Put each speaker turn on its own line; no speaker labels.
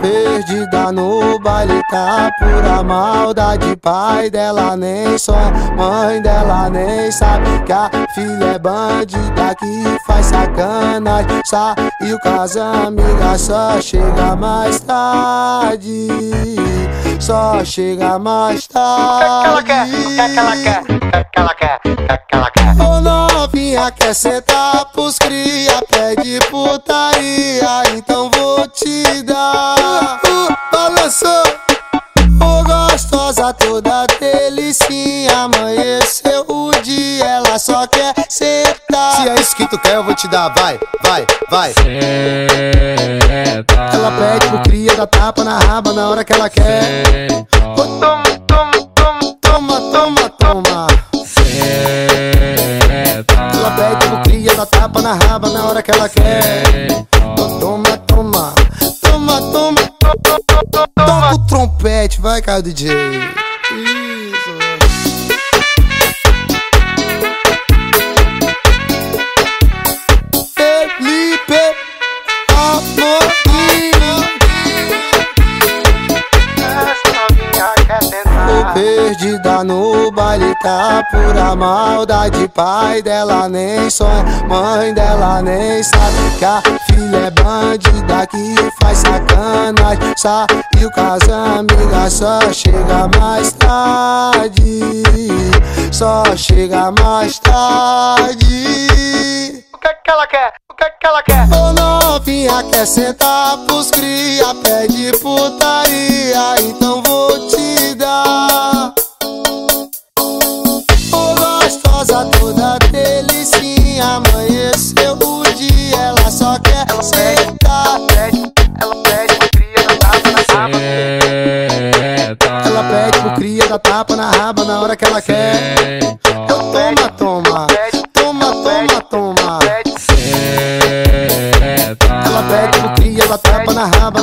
Perdida no baile tá pura maldade Pai dela nem sonha, mãe dela nem sabe Que a filha é bandida que faz sacanagem Saiu com as amigas, só chega mais tarde Só chega mais
O
tarde
que é que ela quer? O que é que ela quer? O que é que ela quer?
Ô novinha quer sentar pros cria, pede putaria, então vou te dar. Uh, balançou, ô gostosa toda delicinha, amanheceu o dia, ela só quer sentar. Se é isso que tu quer, eu vou te dar, vai, vai, vai.
Senta,
Ela pede pro cria, dá tapa na raba na hora que ela quer. Ô,
senta,
toma, toma, toma, toma, toma, toma. Ela pede pro
senta,
cria, dá tapa na raba na hora que ela quer.
senta.
Toma, toma, toma, toma, toca o trompete, vai, cara DJ. Isso. Felipe Amorim.
Essa novinha quer
Tô
tentar.
Perdida no baile tá pura maldade Pai dela nem sonha, mãe dela nem sabe Que a filha é bandida que faz sacanagem Saiu com as amigas, só chega mais tarde Só chega mais tarde
O que é que ela quer? O que é que ela quer?
Ô novinha quer sentar pros cria, pede putaria, então vou te dar. Ô gostosa toda delicinha, amanheceu o dia, ela só quer sentar.
Pede, ela pede, cria, não tapa na raba.
Ela pede pro cria, dá tapa na raba na hora que ela quer. Eu toma, toma, toma, toma, toma.
Pede,
Ela pede pro cria, dá tapa na raba